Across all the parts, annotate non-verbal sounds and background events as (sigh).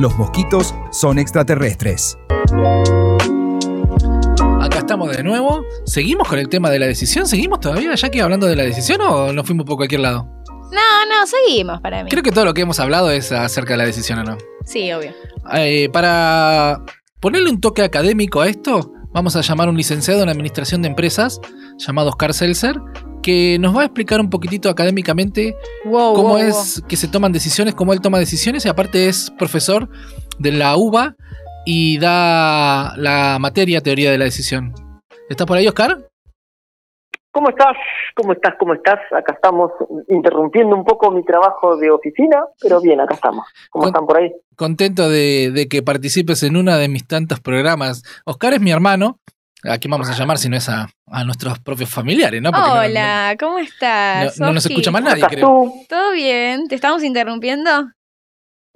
Los mosquitos son extraterrestres. Acá estamos de nuevo. ¿Seguimos con el tema de la decisión? ¿Seguimos todavía, Jackie, hablando de la decisión o nos fuimos por cualquier lado? No, no, seguimos para mí. Creo que todo lo que hemos hablado es acerca de la decisión o no. Sí, obvio. Eh, para ponerle un toque académico a esto, vamos a llamar a un licenciado en Administración de Empresas llamado Oscar Seltzer, que nos va a explicar un poquitito académicamente Wow, cómo wow, es Ah, que se toman decisiones, cómo él toma decisiones, y aparte es profesor de la UBA y da la materia teoría de la decisión. ¿Estás por ahí, Oscar? ¿Cómo estás? ¿Cómo estás? ¿Cómo estás? Acá estamos interrumpiendo un poco mi trabajo de oficina, pero bien, acá estamos. ¿Cómo Con- están por ahí? Contento de, de que participes en uno de mis tantos programas. Oscar es mi hermano. ¿A quién vamos a llamar si no es a, a nuestros propios familiares, no? Porque no- Hola, ¿cómo No, estás? no nos Sofi? escucha más ¿Cómo nadie, estás creo. tú? ¿Todo bien? ¿Te estamos interrumpiendo?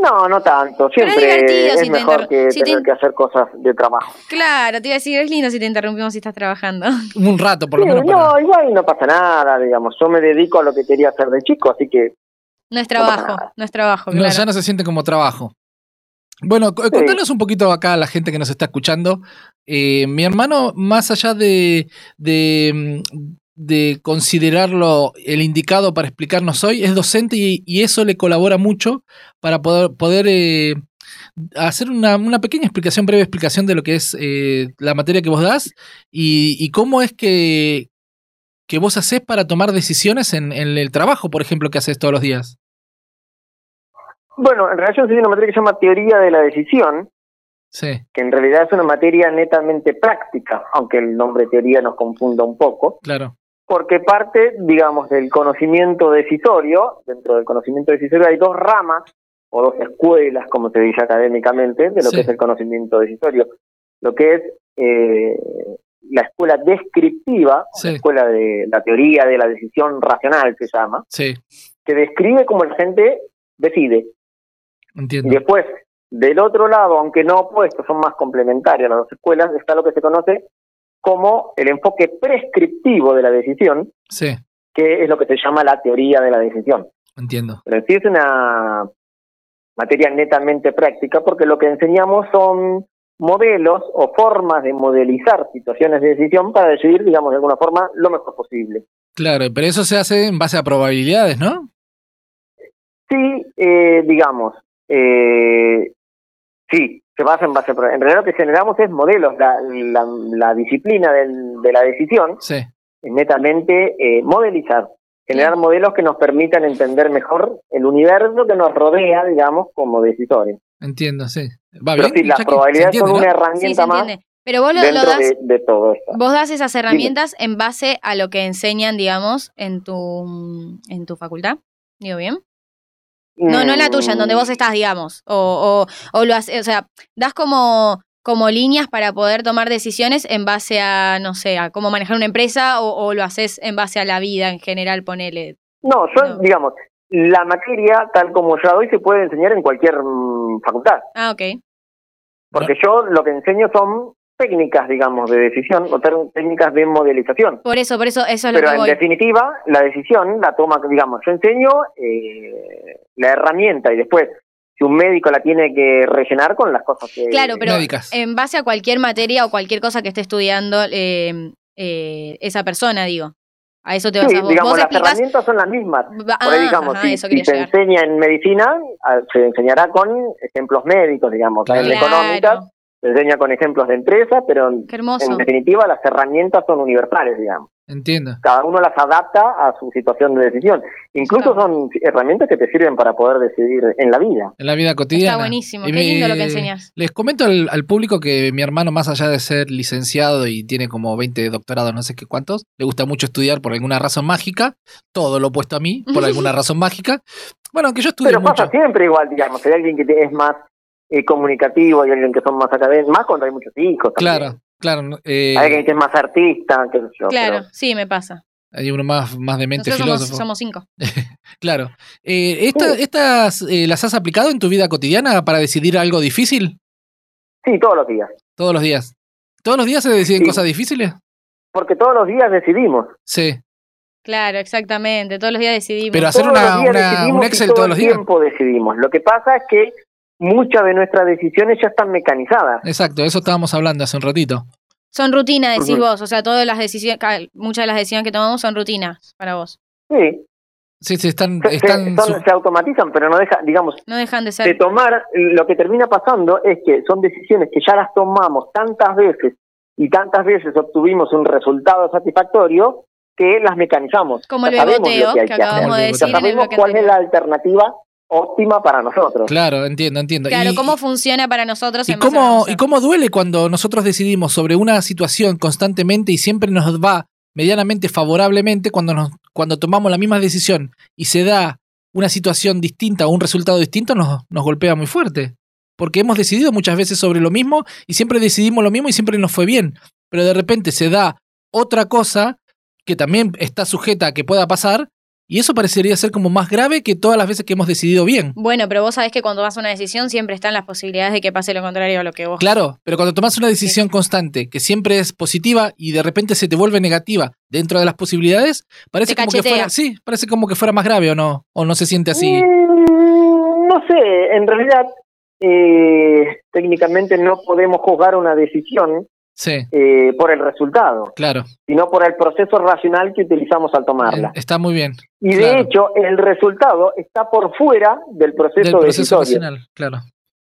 No, no tanto. Pero es Siempre divertido es si te mejor inter- que si te tener in- que hacer cosas de trabajo. Claro, te iba a decir, es lindo si te interrumpimos si estás trabajando. (laughs) Un rato, por lo Sí, menos. para- no, igual no pasa nada, digamos. Yo me dedico a lo que quería hacer de chico, así que No es No pasa trabajo, nada. no es trabajo, No, Pues claro. ya no se siente como trabajo. Bueno, cu- contanos un poquito acá a la gente que nos está escuchando. Eh, mi hermano, más allá de, de, mm, de considerarlo el indicado para explicarnos hoy, es docente y, y eso le colabora mucho para poder, poder eh, hacer una, una pequeña explicación, breve explicación de lo que es eh, la materia que vos das y, y cómo es que, que vos hacés para tomar decisiones en, en el trabajo, por ejemplo, que haces todos los días. Bueno, en relación se tiene una materia que se llama teoría de la decisión, Sí, que en realidad es una materia netamente práctica, aunque el nombre teoría nos confunda un poco. claro. porque parte, digamos, del conocimiento decisorio, dentro del conocimiento decisorio hay dos ramas o dos escuelas, como se dice académicamente, de lo Sí. que es el conocimiento decisorio. Lo que es eh, la escuela descriptiva, Sí. la escuela de la teoría de la decisión racional se llama, Sí, que describe cómo la gente decide. Y entiendo. después, del otro lado, aunque no opuestos, son más complementarias las dos escuelas, está lo que se conoce como el enfoque prescriptivo de la decisión, Sí, que es lo que se llama la teoría de la decisión. entiendo. Pero en sí es una materia netamente práctica porque lo que enseñamos son modelos o formas de modelizar situaciones de decisión para decidir, digamos, de alguna forma lo mejor posible. Claro, pero eso se hace en base a probabilidades, ¿no? Sí, eh, digamos, eh, sí, se basa en base a... En realidad lo que generamos es modelos, la, la- la disciplina del- de la decisión Sí, es netamente eh, modelizar, generar modelos que nos permitan entender mejor el universo que nos rodea, digamos, como decisores. entiendo, sí. Va Pero bien. sí, las Jackie? probabilidades ¿Se son entiende, una Sí, herramienta se más entiende. Pero vos lo, lo dentro das, de, de todo esto. vos das esas herramientas en base a lo que enseñan, digamos, en tu, en tu facultad. ¿Digo bien? No, no en la tuya, en donde vos Mm, estás, digamos. O, o, o lo haces, o sea, das como, como líneas para poder tomar decisiones en base a, no sé, a cómo manejar una empresa o, o lo haces en base a la vida en general, ponele. No, yo, No. digamos, la materia, tal como yo la doy, se puede enseñar en cualquier mm, facultad. Ah, ok. Porque yo lo que enseño son técnicas, digamos, de decisión o ter- técnicas de modelización. Por eso, por eso, eso es lo Pero que en voy. definitiva, la decisión la toma, digamos, yo enseño eh, la herramienta y después, si un médico la tiene que rellenar con las cosas que... Claro, pero eh, Médicas. en base a cualquier materia o cualquier cosa que esté estudiando eh, eh, esa persona, digo. A eso te vas Sí, a vos. digamos, vos las explicás- herramientas son las mismas. Va- Por ahí, ah, digamos, ajá, si, eso si quería se llegar. enseña en medicina, a- se enseñará con ejemplos médicos, digamos. Claro. En económica Claro, se enseña con ejemplos de empresas, pero en, qué en hermoso. definitiva las herramientas son universales, digamos. Entiendo. cada uno las adapta a su situación de decisión. Incluso Claro. son herramientas que te sirven para poder decidir en la vida. En la vida cotidiana. Está buenísimo, Y qué lindo me- lo que enseñás. Les comento al, al público que mi hermano, más allá de ser licenciado y tiene como 20 doctorados, no sé qué cuántos, le gusta mucho estudiar por alguna razón mágica, todo lo opuesto a mí, por (laughs) alguna razón mágica. Bueno, aunque yo estudio Pero mucho. pasa siempre igual, digamos. Hay alguien que te- es más eh, comunicativo, hay alguien que son más académicos, más cuando hay muchos hijos. también. Claro, claro. no- eh, Hay alguien que es más artista, qué sé yo. Claro, pero- sí, me pasa. hay uno más, más demente, Nosotros somos, filósofo. somos cinco. Claro. Eh, esta- Sí. ¿Estas eh, las has aplicado en tu vida cotidiana para decidir algo difícil? sí, todos los días. Todos los días. ¿Todos los días se deciden Sí. cosas difíciles? Porque todos los días decidimos. Sí. Claro, exactamente. Todos los días decidimos. Pero hacer Todos una, los días una- un decidimos y Excel todo todos los el días. tiempo decidimos. Lo que pasa es que muchas de nuestras decisiones ya están mecanizadas. Exacto, eso estábamos hablando hace un ratito. Son rutina, decís vos. O sea, todas las decisiones, muchas de las decisiones que tomamos son rutinas para vos. Sí, Sí, sí, están. se, se- Eh, están son- su- se automatizan, pero no deja, digamos, No dejan de de ser. tomar, lo que termina pasando es que son decisiones que ya las tomamos tantas veces y tantas veces obtuvimos un resultado satisfactorio que las mecanizamos. Como Ya el sabemos lo beboteo hay que acabamos hacer. de Ya decir Ya en el sabemos bloque cuál es anterior. la alternativa óptima para nosotros. Claro, entiendo, entiendo. Claro, Y- cómo funciona para nosotros ¿Y en base a cómo, la ¿Y cosa. cómo duele cuando nosotros decidimos sobre una situación constantemente y siempre nos va medianamente favorablemente cuando, nos, cuando tomamos la misma decisión y se da una situación distinta o un resultado distinto, nos, nos golpea muy fuerte? Porque hemos decidido muchas veces sobre lo mismo y siempre decidimos lo mismo y siempre nos fue bien. Pero de repente se da otra cosa que también está sujeta a que pueda pasar y eso parecería ser como más grave que todas las veces que hemos decidido bien. Bueno, pero vos sabés que cuando vas a una decisión siempre están las posibilidades de que pase lo contrario a lo que vos. Claro, pero cuando tomas una decisión constante que siempre es positiva y de repente se te vuelve negativa dentro de las posibilidades, parece Te como que cachetea. fuera, sí, parece como que fuera más grave o no, o no se siente así. Mm, no sé, en realidad eh, técnicamente no podemos juzgar una decisión Sí, eh, por el resultado, claro, eh, sino por el proceso racional que utilizamos al tomarla. está muy bien. Y Claro. de hecho, el resultado está por fuera del proceso, Del proceso decisorio. racional, claro.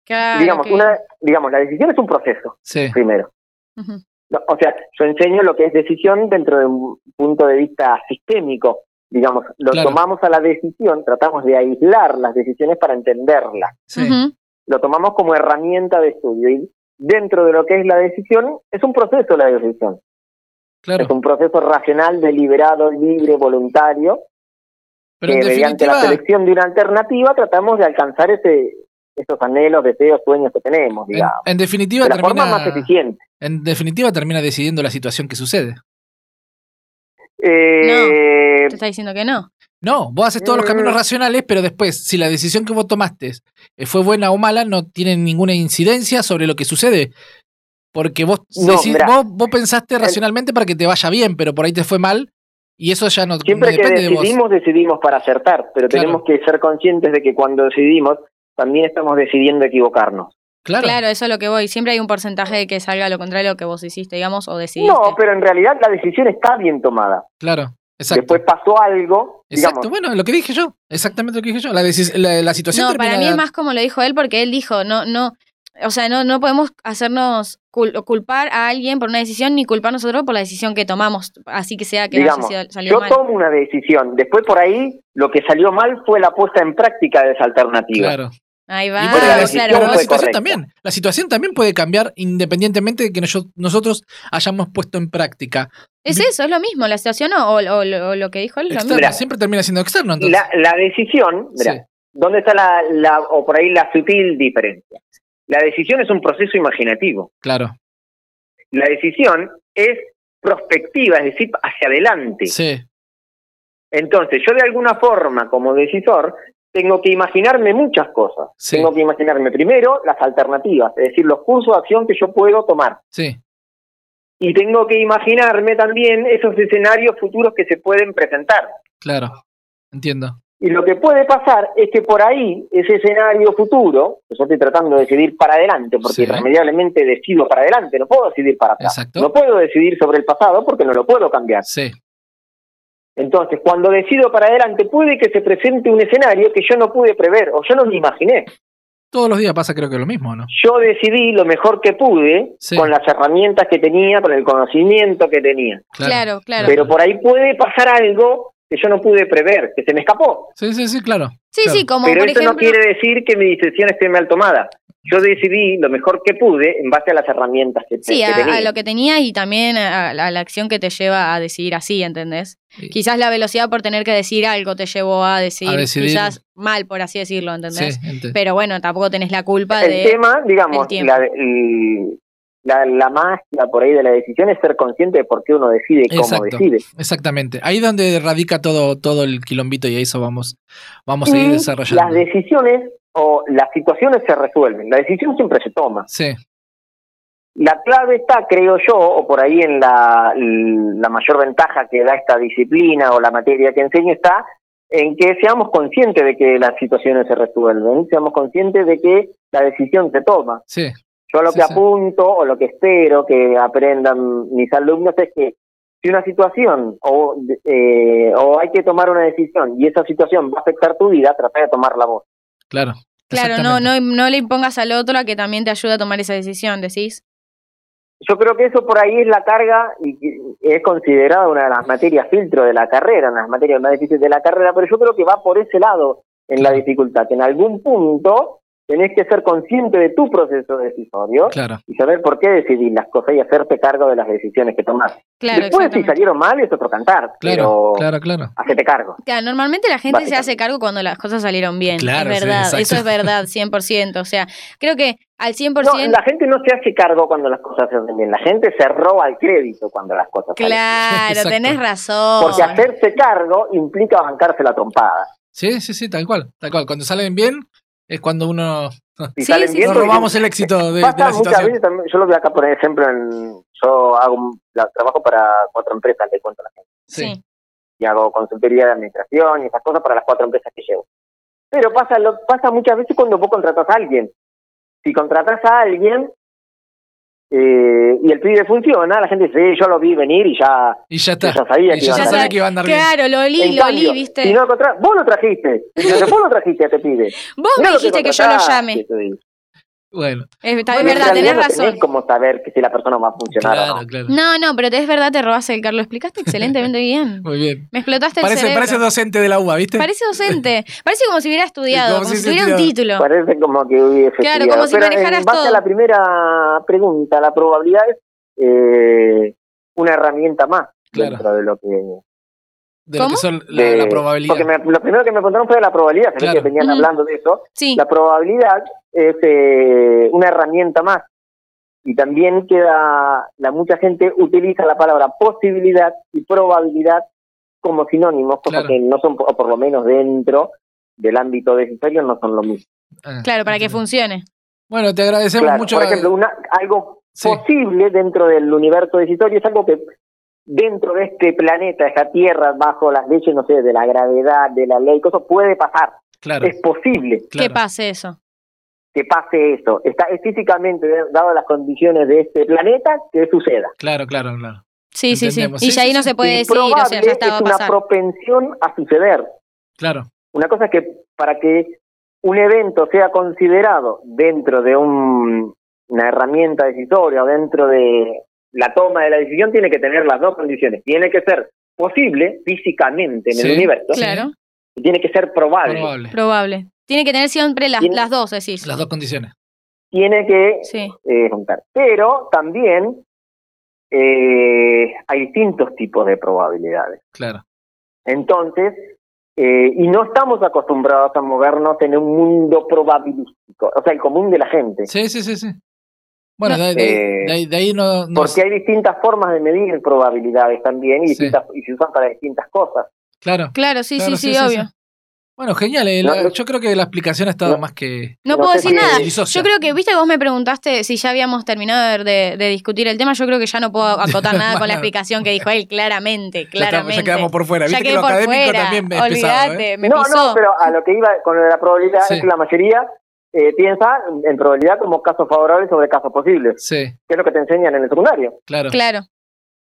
Claro, digamos, que- una, digamos, la decisión es un proceso, Sí, primero. Ujú. No, O sea, yo enseño lo que es decisión dentro de un punto de vista sistémico. Digamos, lo Claro. tomamos a la decisión, tratamos de aislar las decisiones para entenderlas. sí. Ujú. Lo tomamos como herramienta de estudio. Y dentro de lo que es la decisión, es un proceso la decisión. claro. Es un proceso racional, deliberado, libre, voluntario, Pero que en mediante la definitiva, selección de una alternativa tratamos de alcanzar ese, esos anhelos, deseos, sueños que tenemos, en, digamos. en definitiva de la forma más termina, eficiente. en definitiva termina decidiendo la situación que sucede. Eh, Te está diciendo que no. No, vos haces todos los caminos Mm. racionales, pero después, si la decisión que vos tomaste eh, fue buena o mala, no tiene ninguna incidencia sobre lo que sucede. Porque vos, No, deci- mirá. vos, vos pensaste racionalmente para que te vaya bien, pero por ahí te fue mal y eso ya no, siempre no que depende de vos. decidimos, decidimos para acertar, pero Claro. tenemos que ser conscientes de que cuando decidimos, también estamos decidiendo equivocarnos. Claro, Claro, eso es lo que voy. Siempre hay un porcentaje de que salga lo contrario a lo que vos hiciste, digamos, o decidiste. No, pero en realidad la decisión está bien tomada. claro, exacto. Después pasó algo, exacto, digamos. bueno, lo que dije yo, exactamente lo que dije yo. La, deci- la, la situación No, para termina- mí es más como lo dijo él, porque él dijo, no, no, o sea, no, no podemos hacernos cul- culpar a alguien por una decisión ni culpar nosotros por la decisión que tomamos, así que sea que haya Digamos, sido- salido Yo mal. tomo una decisión, después por ahí lo que salió mal fue la puesta en práctica de esa alternativa. Claro. Ahí Y va, bueno, la, la si- claro. pero la fue situación correcta. también. La situación también puede cambiar independientemente de que nos- nosotros hayamos puesto en práctica. Es eso, es lo mismo, la situación o, o- o lo- o lo que dijo él, es lo Externo, mismo. Mirá. siempre termina siendo externo, Y entonces. la, la decisión, mirá, Sí. ¿dónde está la, la, o por ahí la sutil diferencia? La decisión es un proceso imaginativo. Claro, La decisión es prospectiva, es decir, hacia adelante. sí, Entonces, yo de alguna forma, como decisor, tengo que imaginarme muchas cosas. Sí. Tengo que imaginarme primero las alternativas, es decir, los cursos de acción que yo puedo tomar. sí, Y tengo que imaginarme también esos escenarios futuros que se pueden presentar. claro. Entiendo. Y lo que puede pasar es que por ahí ese escenario futuro, que yo estoy tratando de decidir para adelante, porque Sí. irremediablemente decido para adelante, no puedo decidir para atrás. Exacto. No puedo decidir sobre el pasado porque no lo puedo cambiar. Sí, Entonces, cuando decido para adelante, puede que se presente un escenario que yo no pude prever o yo no me imaginé. todos los días pasa creo que lo mismo, ¿no? Yo decidí lo mejor que pude Sí. con las herramientas que tenía, con el conocimiento que tenía. Claro, claro. Pero por ahí puede pasar algo que yo no pude prever, que se me escapó. Sí, sí, sí, claro. Sí, claro. sí, como Pero por eso ejemplo... no quiere decir que mi decisión esté mal tomada. Yo decidí lo mejor que pude en base a las herramientas que, Sí, que a, tenía. a lo que tenía y también a, a la- a la acción que te lleva a decidir así, ¿entendés? Sí. Quizás la velocidad por tener que decir algo te llevó a decidir, A decidir. quizás mal, por así decirlo, ¿entendés? Sí, ente- Pero bueno, tampoco tenés la culpa el de... tema, digamos, el tiempo. la, el- la, la magia por ahí de la decisión es ser consciente de por qué uno decide y cómo Exacto. decide. Exactamente. Ahí es donde radica todo, todo el quilombito y a eso vamos, vamos a ir Y Las desarrollando. decisiones o las situaciones se resuelven. La decisión siempre se toma. Sí, La clave está, creo yo, o por ahí en la, la mayor ventaja que da esta disciplina o la materia que enseño está en que seamos conscientes de que las situaciones se resuelven, seamos conscientes de que la decisión se toma. Sí. Yo lo Sí, que sí. apunto o lo que espero que aprendan mis alumnos es que si una situación o, eh, o hay que tomar una decisión y esa situación va a afectar tu vida, trata de tomarla vos. Claro. Claro, no, exactamente. no, no le impongas al otro a que también te ayude a tomar esa decisión, decís. Yo creo que eso por ahí es la carga y que es considerada una de las materias filtro de la carrera, una de las materias más difíciles de la carrera, pero yo creo que va por ese lado en la dificultad, que en algún punto tenés que ser consciente de tu proceso decisorio Claro. y saber por qué decidir las cosas y hacerte cargo de las decisiones que tomás. Claro, Después, si exactamente. salieron mal, es otro cantar, Claro, pero claro, claro. hacete cargo. Claro, normalmente la gente se Básicamente. hace cargo cuando las cosas salieron bien. Claro, sí, es verdad, exacto. eso es verdad, 100%. O sea, creo que al 100%. No, la gente no se hace cargo cuando las cosas se hacen bien, la gente se roba el crédito cuando las cosas salen bien. Claro, Exacto. tenés razón. Porque hacerse cargo implica bancarse la trompada. Sí, sí, sí, tal cual. Tal cual. Cuando salen bien es cuando uno. Si Sí, salen sí, bien, Nos porque- robamos el éxito de, de Pasa la muchas situación. veces también, yo lo voy acá a poner ejemplo en, yo hago un- la- trabajo para cuatro empresas, le cuento a la gente, Sí. Sí. y hago consultoría de administración y esas cosas para las cuatro empresas que llevo. Pero pasa, lo, pasa muchas veces cuando vos contratás a alguien. Si contratás a alguien eh, y el pibe funciona, la gente dice, "Sí, yo lo vi venir y ya, Y ya yo está. ya sabía Y ya que iba a se andar". sabía que iba a andar bien. Claro, lo En olí, lo olí, cambio, viste. Si no contratás, vos lo (laughs) trajiste. Entonces, vos lo trajiste a este pibe. Vos Mirá me lo que dijiste que yo lo contrataste, llame. te digo. Bueno, Es, está- es Bueno, en verdad, realidad tenés no razón. Tenés como saber que si la persona va a funcionar o claro, no. claro. No, no, pero te- es verdad, te robaste el carro. Lo explicaste (laughs) excelentemente bien. Muy bien. Me explotaste el Parece, cerebro. parece docente de la UBA, ¿viste? Parece docente. Parece como si hubiera estudiado, Como como, si si, se tuviera un estudiara. título. Parece como que hubiese Claro, estudiado. como si Pero manejaras en base todo. a la primera pregunta, la probabilidad es eh, una herramienta más Claro. dentro de lo que... De lo que ¿Cómo? son la, de- la probabilidad. Porque me- lo primero que me preguntaron fue de la probabilidad, se ve Claro. que venían Ujú. hablando de eso. Sí, La probabilidad es eh, una herramienta más. Y también queda, la mucha gente utiliza la palabra posibilidad y probabilidad como sinónimos, cosas Claro. que no son, o por lo menos dentro del ámbito decisorio, no son lo mismo. Ah, claro, para que entiendo. funcione. Bueno, te agradecemos Claro, mucho. eh, por ejemplo, una, algo Sí. posible dentro del universo decisorio es algo que dentro de este planeta, esta Tierra, bajo las leyes, no sé, de la gravedad, de la ley, cosas, puede pasar. claro, Es posible claro. Que pase eso. que pase eso. Está, es físicamente, dado las condiciones de este planeta, que suceda. Claro, claro, claro. Sí, sí, sí. Entendemos. Y Sí, ya ahí sí, Pues no sí. se puede decir, Improbable o sea, ya está, va a es una pasar. propensión a suceder. Claro, Una cosa es que para que un evento sea considerado dentro de un- una herramienta decisoria o dentro de la toma de la decisión, tiene que tener las dos condiciones. Tiene que ser posible físicamente en Sí. el universo Claro, y tiene que ser probable. probable. probable. Tiene que tener siempre las, Tiene- las dos, decís. Las dos condiciones. Tiene que Sí. eh, juntar. Pero también eh, hay distintos tipos de probabilidades. Claro, Entonces, eh, y no estamos acostumbrados a movernos en un mundo probabilístico, o sea, el común de la gente, sí, sí, sí, sí. Bueno, No. de, de- Eh, de ahí, de ahí no, no- porque hay distintas formas de medir probabilidades también y, Sí. distintas, y se usan para distintas cosas. claro, Claro, sí, Claro, sí, sí, sí, sí, obvio. sí. Bueno, genial. eh, la- No, no. yo creo que la explicación ha estado No. más que. No, No puedo sé decir si- nada. Y socia. Yo creo que, viste, vos me preguntaste si ya habíamos terminado de, de discutir el tema. Yo creo que ya no puedo (laughs) acotar nada con la explicación que dijo él, Ya, claramente, estamos- claramente. ya quedamos por fuera. Ya Viste que quedé lo por académico fuera. también me es pesado, ¿eh? Olvídate, me no, pisó. no, pero a lo que iba con lo de la probabilidad Sí. es que la mayoría eh, piensa en probabilidad como casos favorables sobre casos posibles, Sí, que es lo que te enseñan en el secundario. claro. Claro,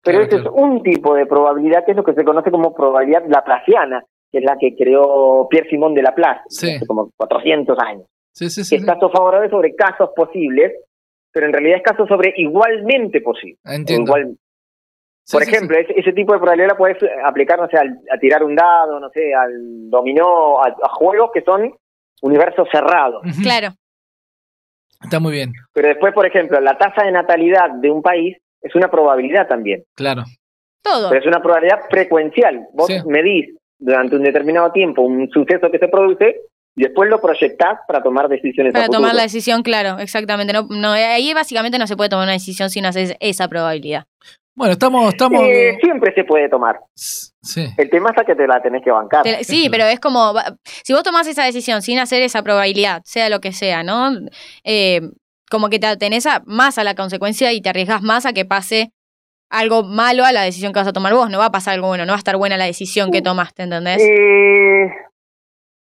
Pero Claro, ese claro. es un tipo de probabilidad que es lo que se conoce como probabilidad laplaciana, que es la que creó Pierre Simon de Laplace Sí. hace como 400 años. Sí, sí, sí. que es sí. caso favorable sobre casos posibles, pero en realidad es caso sobre igualmente posible. Entiendo. Igual- Sí, por sí, sí. ejemplo, ese, ese tipo de probabilidad la puedes aplicar, no sé, al- a tirar un dado, no sé, al dominó, a, a juegos que son universos cerrados. Ujú. claro. Está muy bien. Pero después, por ejemplo, la tasa de natalidad de un país es una probabilidad también, Claro, Todo. pero es una probabilidad frecuencial. Vos Sí. medís durante un determinado tiempo un suceso que se produce y después lo proyectás para tomar decisiones. a Para tomar futuro. la decisión, claro, exactamente. No, no, ahí básicamente no se puede tomar una decisión si no haces esa probabilidad. Bueno, estamos. estamos Eh, siempre se puede tomar. sí, El tema está que te la tenés que bancar. Te- sí, claro. pero es como, va- si vos tomás esa decisión sin hacer esa probabilidad, sea lo que sea, ¿no? Eh, como que te atenés a- más a la consecuencia y te arriesgas más a que pase algo malo a la decisión que vas a tomar vos. No va a pasar algo bueno, no va a estar buena la decisión que tomaste, ¿entendés? Eh,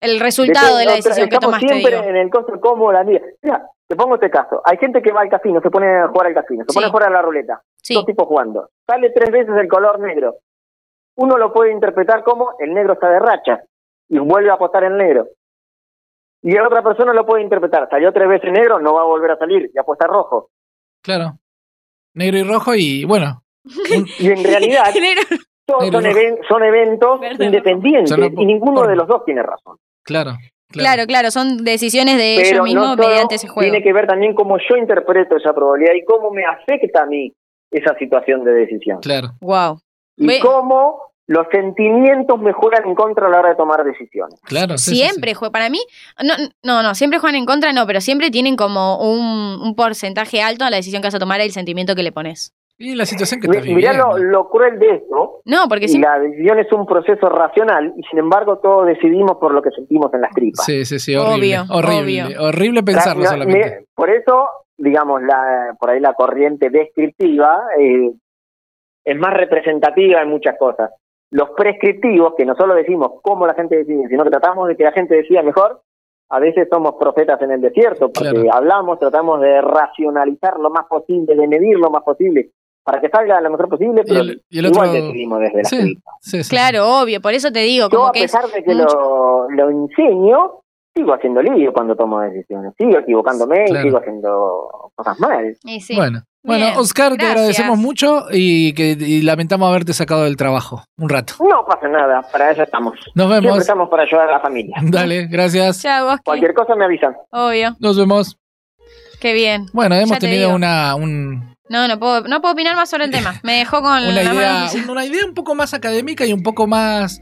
El resultado de la Depende, decisión que estamos tomaste, siempre digo. en el costo cómo la mira. Mira, te pongo este caso. Hay gente que va al casino, se pone a jugar al casino, se Sí. pone a jugar a la ruleta. Sí, Dos tipos jugando. Sale tres veces el color negro. Uno lo puede interpretar como el negro está de racha y vuelve a apostar en negro. Y la otra persona lo puede interpretar. Salió tres veces negro, no va a volver a salir y apuesta rojo. Claro. Negro y rojo y bueno. un- (laughs) Y en realidad Genera- todos Negro son, y rojo. even- son eventos Verde y rojo. independientes Son las po- y ninguno formas. de los dos tiene razón. claro. Claro. Claro, claro, son decisiones de Pero ellos mismos no solo mediante ese juego. tiene que ver también cómo yo interpreto esa probabilidad y cómo me afecta a mí esa situación de decisión. Claro. Wow. Y Ve- cómo los sentimientos me juegan en contra a la hora de tomar decisiones. Claro. sí, sí, sí. siempre jue- para mí, no, no, no, siempre juegan en contra, no, pero siempre tienen como un, un porcentaje alto a la decisión que vas a tomar y el sentimiento que le pones. Y la situación que Mi- está Mirá lo, lo cruel de esto. No, porque y siempre, La decisión es un proceso racional y sin embargo todos decidimos por lo que sentimos en las tripas. Sí, sí, sí, horrible. Obvio, horrible. obvio. Horrible La- pensarlo la- solamente. me- por eso, digamos, la, por ahí la corriente descriptiva eh, es más representativa en muchas cosas. Los prescriptivos, que no solo decimos cómo la gente decide, sino que tratamos de que la gente decida mejor, a veces somos profetas en el desierto, porque Claro. hablamos, tratamos de racionalizar lo más posible, de medir lo más posible, para que salga lo mejor posible, Y pero el, y el otro. igual decidimos desde la Sí, tripa. sí, sí. claro, obvio, por eso te digo, Yo, como a que es pesar de que lo, lo enseño, sigo haciendo lío cuando tomo decisiones. Sigo equivocándome Claro. y sigo haciendo cosas mal. y sí. Bueno. Bueno, Bien, Oscar, te gracias. agradecemos mucho y que y lamentamos haberte sacado del trabajo un rato. No pasa nada, para eso estamos. Nos Siempre vemos. estamos para ayudar a la familia. Dale, gracias. Chao, Oski. Cualquier cosa me avisan. Obvio, Nos vemos. qué bien. Bueno, hemos Ya te tenido digo. una, un- No, no puedo, no puedo opinar más sobre el tema. Me dejó (laughs) con una, la idea, mano. una idea un poco más académica y un poco más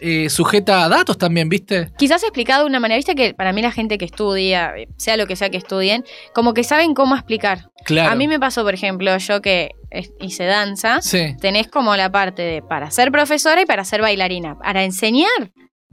eh, sujeta a datos también, ¿viste? Quizás explicado de una manera, viste que para mí la gente que estudia, eh, sea lo que sea que estudien, como que saben cómo explicar. Claro. A mí me pasó, por ejemplo, yo que eh, hice danza, Sí, tenés como la parte de para ser profesora y para ser bailarina, para enseñar.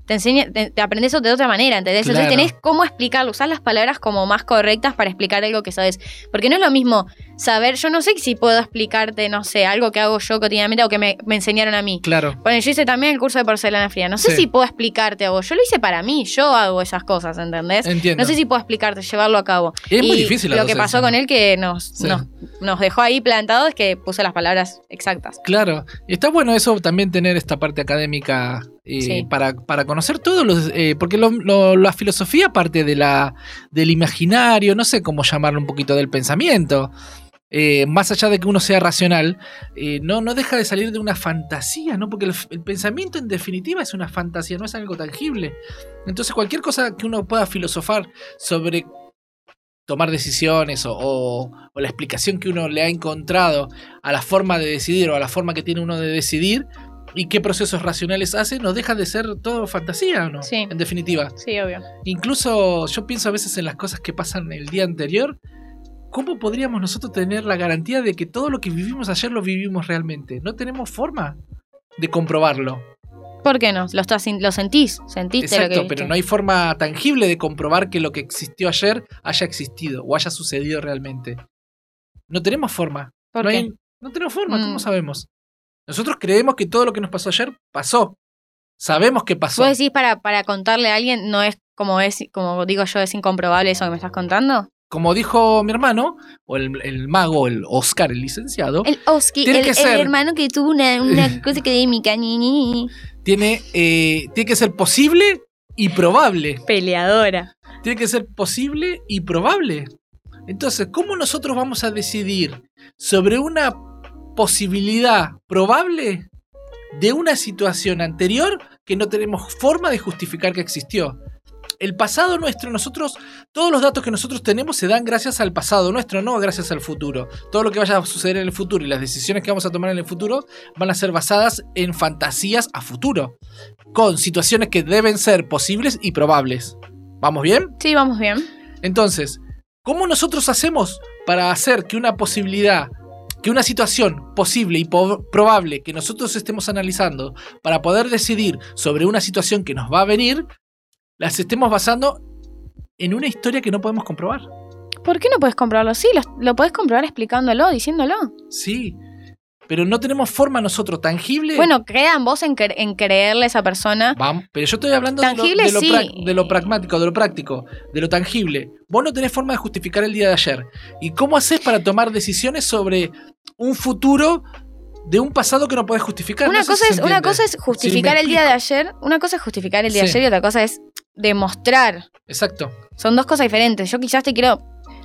Te, enseña, te, te aprendes de otra manera, ¿entendés? Entonces Claro. tenés cómo explicarlo, usar las palabras como más correctas para explicar algo que sabes. Porque no es lo mismo saber, yo no sé si puedo explicarte, no sé, algo que hago yo cotidianamente o que me, me enseñaron a mí. claro. Bueno, yo hice también el curso de porcelana fría. No sé Sí. si puedo explicarte a vos. Yo lo hice para mí, yo hago esas cosas, ¿entendés? Entiendo. No sé si puedo explicarte, llevarlo a cabo. Es muy Y difícil la Lo que docencia, pasó ¿no? con él que nos, Sí. nos, nos dejó ahí plantados es que puso las palabras exactas. Claro, y está bueno eso también tener esta parte académica eh, Sí. para, para conocer todos los... eh, porque lo- lo- la filosofía parte de la, del imaginario, no sé cómo llamarlo un poquito, del pensamiento. Eh, más allá de que uno sea racional, eh, no, no deja de salir de una fantasía, ¿no? Porque el, f- el pensamiento en definitiva es una fantasía, no es algo tangible. Entonces cualquier cosa que uno pueda filosofar sobre tomar decisiones o- o- o la explicación que uno le ha encontrado a la forma de decidir o a la forma que tiene uno de decidir y qué procesos racionales hace, nos deja de ser todo fantasía, ¿o ¿no? Sí. En definitiva. Sí, obvio. Incluso yo pienso a veces en las cosas que pasan el día anterior. ¿Cómo podríamos nosotros tener la garantía de que todo lo que vivimos ayer lo vivimos realmente? No tenemos forma de comprobarlo. ¿Por qué no? Lo, estás, lo sentís, sentiste Exacto, lo que pero viste. no hay forma tangible de comprobar que lo que existió ayer haya existido o haya sucedido realmente. No tenemos forma. ¿Por No, qué? hay- no tenemos forma, ¿cómo Mm. sabemos? Nosotros creemos que todo lo que nos pasó ayer pasó. Sabemos que pasó. Vos decís para, para contarle a alguien, no es como es, como digo yo, es incomprobable eso que me estás contando. Como dijo mi hermano, o el, el mago, el Oscar, el licenciado, El Oski, Tiene el, que el ser. hermano que tuvo una, (laughs) una cosa que de mi cañini. tiene, eh, tiene que ser posible y probable. Peleadora. Tiene que ser posible y probable. Entonces, ¿cómo nosotros vamos a decidir sobre una posibilidad probable de una situación anterior que no tenemos forma de justificar que existió? El pasado nuestro, nosotros, todos los datos que nosotros tenemos se dan gracias al pasado nuestro, no gracias al futuro. Todo lo que vaya a suceder en el futuro y las decisiones que vamos a tomar en el futuro van a ser basadas en fantasías a futuro, con situaciones que deben ser posibles y probables. ¿Vamos bien? Sí, vamos bien. Entonces, ¿cómo nosotros hacemos para hacer que una posibilidad, que una situación posible y po- probable que nosotros estemos analizando para poder decidir sobre una situación que nos va a venir, las estemos basando en una historia que no podemos comprobar? ¿Por qué no puedes comprobarlo? Sí, lo, lo puedes comprobar explicándolo, diciéndolo. Sí. pero no tenemos forma nosotros tangible. Bueno, queda en vos en, cre- en creerle a esa persona. Vamos, pero yo estoy hablando de lo- Tangible, de, lo, sí. prac- de lo pragmático, de lo práctico, de lo tangible. Vos no tenés forma de justificar el día de ayer. ¿Y cómo haces para tomar decisiones sobre un futuro de un pasado que no podés justificar? Una, No sé cosa, si es, se una entiende. cosa es justificar el día de ayer, una cosa es justificar el día de Sí. ayer y otra cosa es demostrar. Exacto. Son dos cosas diferentes. Yo quizás te quiero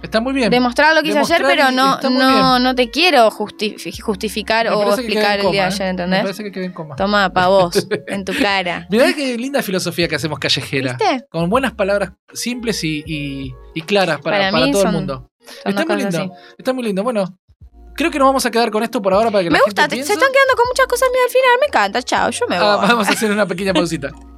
Está muy bien. demostrar lo que hice ayer, Demostrar pero y- no, está muy no, bien. no te quiero justifi- justificar Me o parece que queda explicar en el día de coma, ayer, ¿eh? Me ¿entendés? parece que queda en coma. Toma, (laughs) pa' vos, en tu cara. Mirá qué linda filosofía que hacemos callejera. ¿Viste? Con buenas palabras simples y, y- y claras para, Para para, mí todo son- el mundo. Son dos Está muy cosas lindo. así. Está muy lindo. Bueno, creo que nos vamos a quedar con esto por ahora para que la Me gusta, gente te- piense. se están quedando con muchas cosas mías al final, me encanta, chao, yo me voy. Ah, vamos a hacer una pequeña pausita.